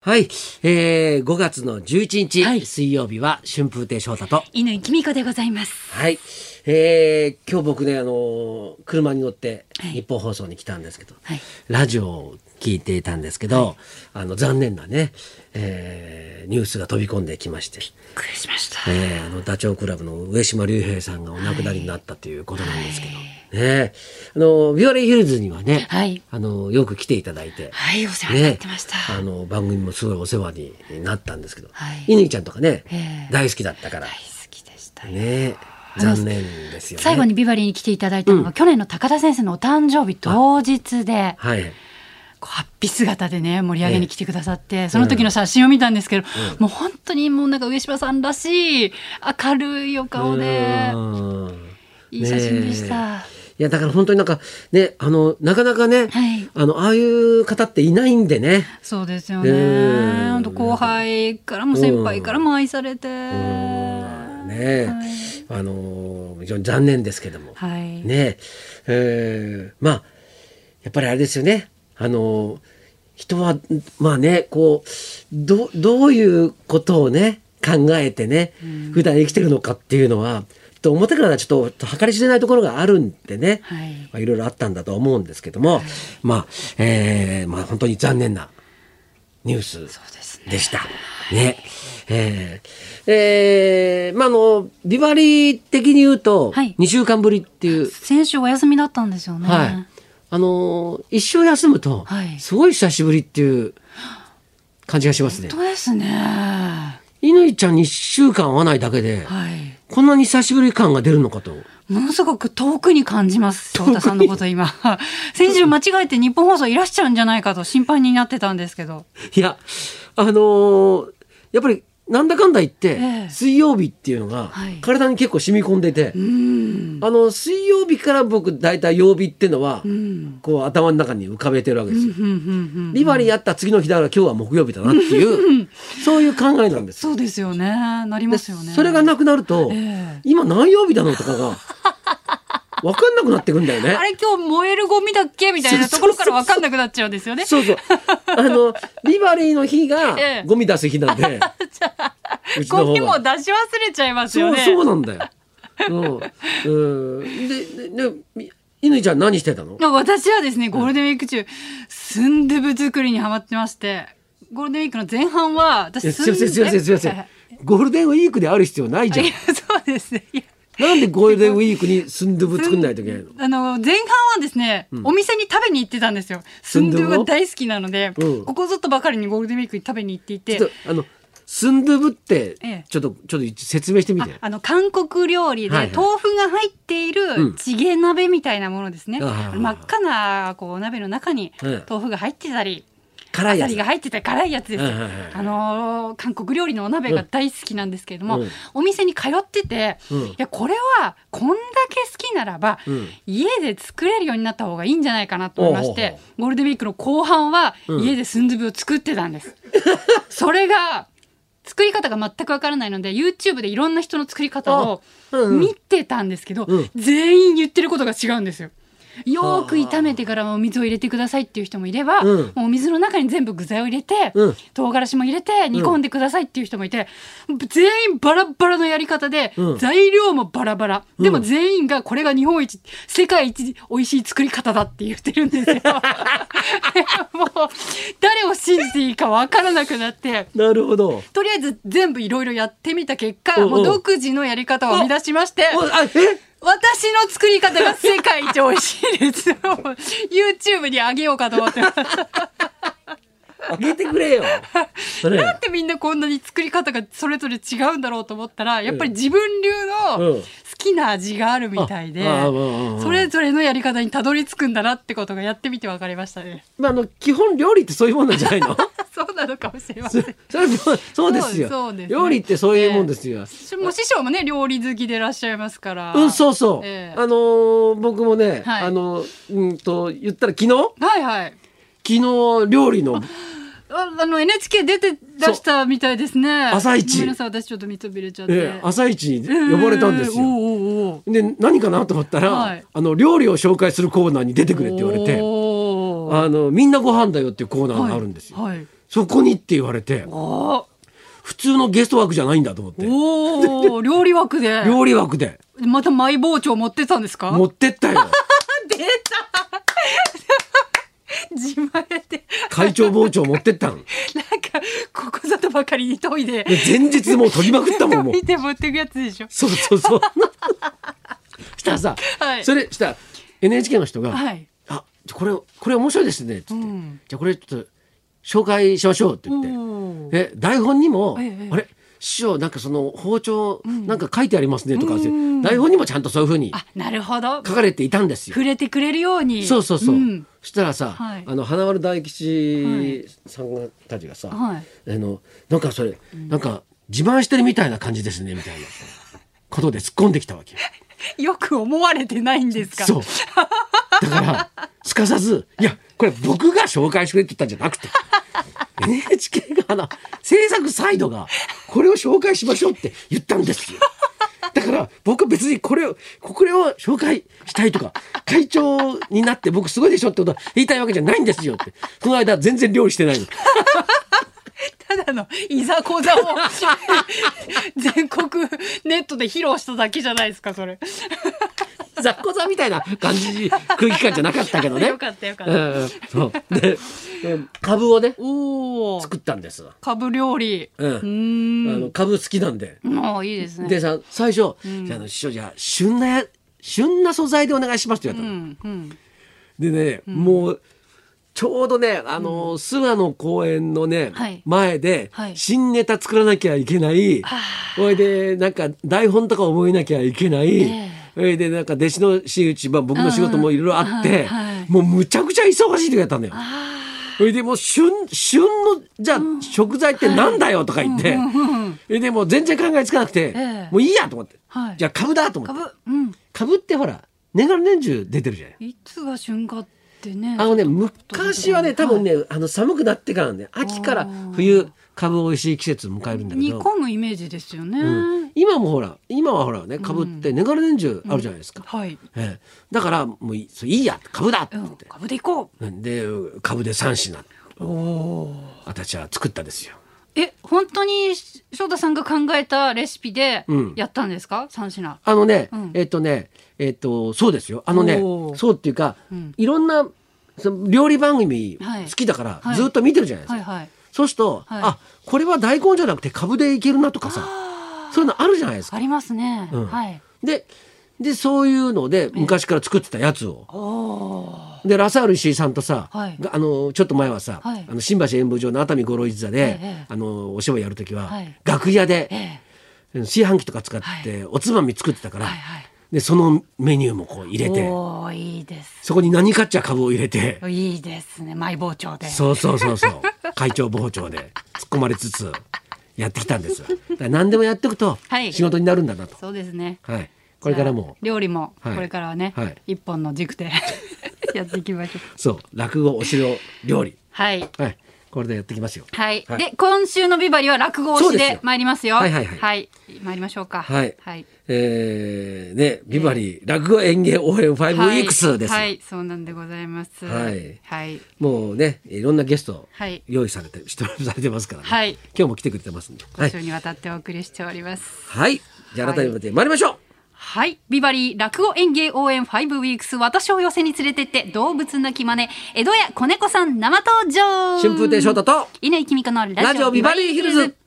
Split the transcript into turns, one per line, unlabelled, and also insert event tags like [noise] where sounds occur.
はい、えー、5月の11日、
はい
水曜日は春風亭昇太と。
犬井君子でございます。
はい、えー、今日僕ね、あのー車に乗って
はい
日本放送に来たんですけど、
はい
ラジオを聞いていたんですけど、あの残念なね、えーニュースが飛び込んできまして、
びっくりしました。
えーあのダチョウ倶楽部の上島竜兵さんがお亡くなりになったということなんですけど、ねえあのビオレヒルズにはね、
はい
あのよく来ていただいて、
はい、お世話になっ
ね
てました。、
あの番組もすごいお世話になったんですけど、
はい
乾ちゃんとかね、
ええ
大好きだったから、
大好きでしたよ。
ね、残念ですよね。
最後にビバリーに来ていただいたのが、去年の高田先生のお誕生日当日で、
はい、
こうハッピー姿でね盛り上げに来てくださって、その時の写真を見たんですけど、もう本当にもうなんか上島さんらしい明るいお顔で
うん
いい写真でした
ねえいやだから本当になんかねあのなかなかね、
はい
あのああいう方っていないんでね。
そうですよね、
うん
本当後輩からも先輩からも愛されて、
うんねえ、
はい
あの非常に残念ですけども、
はい
ねええーまあやっぱりあれですよねあの人はまあねこうどどういうことをね考えてね普段生きてるのかっていうのはちょっと表からはちょっと計り知れないところがあるんでね、
はい
まあいろいろあったんだと思うんですけども、まあ、えーまあ本当に残念なニュース
そうですね
でした。ね。えーえーまああの、ビバリー的に言うと、
はい
2週間ぶりっていう、
先週お休みだったんですよね。
はい。あのー、一生休むと、
はい
すごい久しぶりっていう感じがしますね。
本当ですね。は
乾ちゃんに1週間会わないだけで、
い。
こんなに久しぶり感が出るのかと。
ものすごく遠くに感じます。翔太さんのこと今。 [laughs] 先週間違えて日本放送いらっしゃるんじゃないかと心配になってたんですけど。
いや、あのーやっぱり、なんだかんだ言って、
ええ
水曜日っていうのが
はい
体に結構染み込んでて、
うん。
あの水曜日から僕大体曜日っていうのは、
うん。
こう頭の中に浮かべてるわけですよ。
うんうんうん
ビバリーやった次の日だから今日は木曜日だなっていう、そういう考えなんです。
そうですよね。なり
で
ますよね。
それがなくなると、
ええ
今何曜日なのとか
[laughs]
が、わかんなくなってくんだよね
あ。れ今日燃えるゴミだっけみたいなところからわかんなくなっちゃうんですよね。
そうそう。あ
[laughs]
の、ビバリーの日が
ええ
ゴミ出す日なん
[laughs]
で、うちの
ゴミ
方
も
が。
出し忘れちゃいますよ
そう、
ね。
そうなんだよ。うん。うん。で、で、で、犬ちゃん何してたの
あ私はですねゴールデンウィーク中、スンドゥブ作りにハマってましてゴールデンウィークの前半は
え
私
すいません、すいません、すいませ
え
ん。ゴールデンウィークである必要ないじゃん
いや。そうですねいや
なんでゴールデンウィークにスンドゥブ作んないといけないの
あの前半はですね、お店に食べに行ってたんですよ
ス
ス
ン
ン
ド
ド
ゥ
ゥ
ブ
ブ
を
が大好きなので、
うん
ここぞとばかりにゴールデンウィークに食べに行っていて
ちょっとあのスンドゥブって
ええ
ちょっとちょっと説明してみ
あ
て。
あの韓国料理で
はいはい
豆腐が入ってい
うん
るチゲ鍋みたいなものですね、
あはいはいはい
真っ赤なこうお鍋の中に
うん
豆腐が入ってたり、
辛
あ
いや
さ
つ
り。が入ってた辛いやつですよ、
うんうんうん
あのー韓国料理のお鍋が大好きなんですけれども、
うん
お店に通ってて、
うん
いやこれはこんだけ好きならば、
うん
家で作れるようになった方がいいんじゃないかなと思いまし
おうおう
てゴールデンウィークの後半は
うん
家でスンドゥブを作ってたんです、それが作り方が全くわからないので YouTube でいろんな人の作り方を
あうん
見てたんですけど、
うん
全員言ってることが違うんですよ。よーく炒めてからお水を入れてくださいっていう人もいれば、
うん
もうお水の中に全部具材を入れて、
うん
唐辛子も入れて煮込んでくださいっていう人もいて、全員バラバラのやり方で、
うん
材料もバラバラ、
ん
でも全員がこれが日本一世界一美味しい作り方だって言ってるんですよ [laughs] もう誰を信じていいかわからなくなって
なるほど。
とりあえず全部いろいろやってみた結
おう
果
おう
もう独自のやり方を生み出しまして
おあえ
私の作り方が世界一美味しいですよ YouTube にあげようかと思ってます
[laughs] あげてくれよ。それ。
なんでみんなこんなに作り方がそれぞれ違うんだろうと思ったらやっぱり自分流
う
の
ん
好きな味があるみたいで
ああうんうんうん
それぞれのやり方にたどり着くんだなってことがやってみて分かりまし
[laughs]
たね。
まああの基本料理ってそういうもんなんじゃないの？
そうなのかもしれませ
[laughs] そそ
ん。
れそうそうですよ
そうですね
料理ってそういうもんですよ。
もう師匠もね料理好きでいらっしゃいますから。
うんそうそう。
ええ
あのー僕もね、
はい
あのうんと言ったら昨日
はいはい。
昨日料理の
ああの NHK 出て出したみたいですね。
朝一
ごめんなさい私ちょっと見とびれちゃって。
ええ朝一に呼ばれたんです
ええお
よ。
うおうおう
で何かなと思ったら、
はい
あの料理を紹介するコーナーに出てくれって言われて。
おう
あのみんなご飯だよっていうコーナーがあるんですよ。
はいはい
そこにって言われて
お
普通のゲスト枠じゃないんだと思って [laughs]
ーおー料理枠で
料理枠で
またマイ包丁持ってたんですか
持ってったよ
出た自前で
会長包丁持ってったの
なんかここぞとばかりに研いで
で前日もう研ぎまくった
[laughs]
もんもう
研いで持ってくやつでしょ
そうそう
[laughs]
そうしたらさ、
はい
それしたら NHK の人が「
はい
あこれこれ面白いですね」っつって、
うん
じゃあこれちょっと紹介しましょう」って言って。
おー
え台本にも、
ええ
あれ師匠なんかその包丁
ん
なんか書いてありますねとか、
うん
台本にもちゃんとそういうふうに
あなるほど
書かれていたんですよ。
触れてくれるように
そうそうそう。
ん
そしたらさ、
はい
あの花丸大吉さんがたちがさ、
はい
あのなんかそれ、なんか自慢してるみたいな感じですねみたいなことで突っ込んできたわけよ。
よく思われてないんですか
そう。だからすかさずいやこれ僕が紹介してくれって言ったんじゃなくて NHK がな制作サイドがこれを紹介しましょうって言ったんですよ。だから僕は別にこれをこれを紹介したいとか会長になって僕すごいでしょってことは言いたいわけじゃないんですよってその間全然料理してないの
ただのいざこ
[laughs]
ざを全国ネットで披露しただけじゃないですかそれ
雑魚座みたいな感じ空気感じゃなかったけどね。
よかったよかった
うんうんそうで株をね
おお
作ったんです。
かぶ料理
うん
う
あ
ーん
の株好きなんで。
もういいですね
でさ最初、
ん
じゃああの師匠じゃあ旬なや旬な素材でお願いしますって言わ
う
れたの、
んうん
でね、もうちょうどねあの、諏訪の公園のね、
はい
前で
はい
新ネタ作らなきゃいけない、それでなんか台本とか覚えなきゃいけない、
え
それでなんか弟子の真打ち、まあ、僕の仕事もいろいろあっ
うん
て、
はい
もうむちゃくちゃ忙しい時だったんだよ。それでもう旬旬のじゃあ食材ってなんだよとか言って、
うんうん
えでもう全然考えつかなくて、
え
もういいやと思って、
はい
じゃあ株だと思
か
って
ぶうん
株ってほら年がら年中出てるじゃない
いつが旬かってね
あのね昔はね多分ね、あの寒くなってからね秋から冬株美味しい季節を迎えるんだけ
煮
ど、
込むイメージですよね、
うん今もほら今はほらね株って年がら年中あるじゃないですか、
はい、
ええだからもういいそれいいや株だと
う
思っ
ん、
て、
かぶでいこ
で株で3品
うお
私は作ったですよ
え本当に翔太さんが考えたレシピで
うん
やったんですか、三品
あのね、
うん
えっ、とね、えっ、と、そうですよ。あのね
お、ー
そうっていうか、
うん
いろんな、その料理番組好きだから、
はい
ずっと見てるじゃないですか。
はいはい
そうすると、
はい
あ、これは大根じゃなくて株でいけるなとかさ、
あ
そういうのあるじゃないです
ーあ
か。
りますね、
うん
はい
で、で、そういうので、昔から作ってたやつを。
おお
で、ラサール石井さんとさ、
はい
があの、ちょっと前はさ、
はい
あの新橋演舞場の熱海五郎一座で、
ええ
あの、お芝居やるときは、
はい
楽屋で、
ええ
炊飯器とか使っ
は
て、おつまみ作ってたから、
はいはい
で、そのメニューもこう入れて、
おおいいです
そこに何かっちゃ株を入れて、
いいですねマイ包丁で
そうそうそうそう、会長包丁で突っ込まれつつやってきたんですよ。だから何でもやっていくと
はい
仕事になるんだなと。
そうですね
はい。これからも
じゃあ料理もこ
はい
れからはね、
はい
一本の軸
[laughs]
でやっていきましょう
そう落語お城料理
はい
はいこれでやっていきますよ。
はい、
はい
で今週のビバリは落語推
そうで
し
す
で
よ
参りますよ
はいはいはい
はい、参りましょうか
はい
はい
えー、ねビバリー落語演芸応援ファイブウィークスです。
はい、はいそうなんでございます。
はい
はい、
もうねいろんなゲスト
はい
用意されて、してされてますからね。
はい
今日も来てくれてますんで。は
ご
い
視聴にわたってお送りしております。
はいじゃあ改めて参りましょう。
はい。ビバリー落語演芸応援5ウィークス私を寄せに連れてって動物なき真似江戸屋子猫さん生登場
春風亭昇太と
稲井君子のラ
ラジ
ジ
オ
オ
ビ
ビ
バ
バ
リ
リ
ー
ー
ヒ
ヒ
ル
ル
ズ
ズ。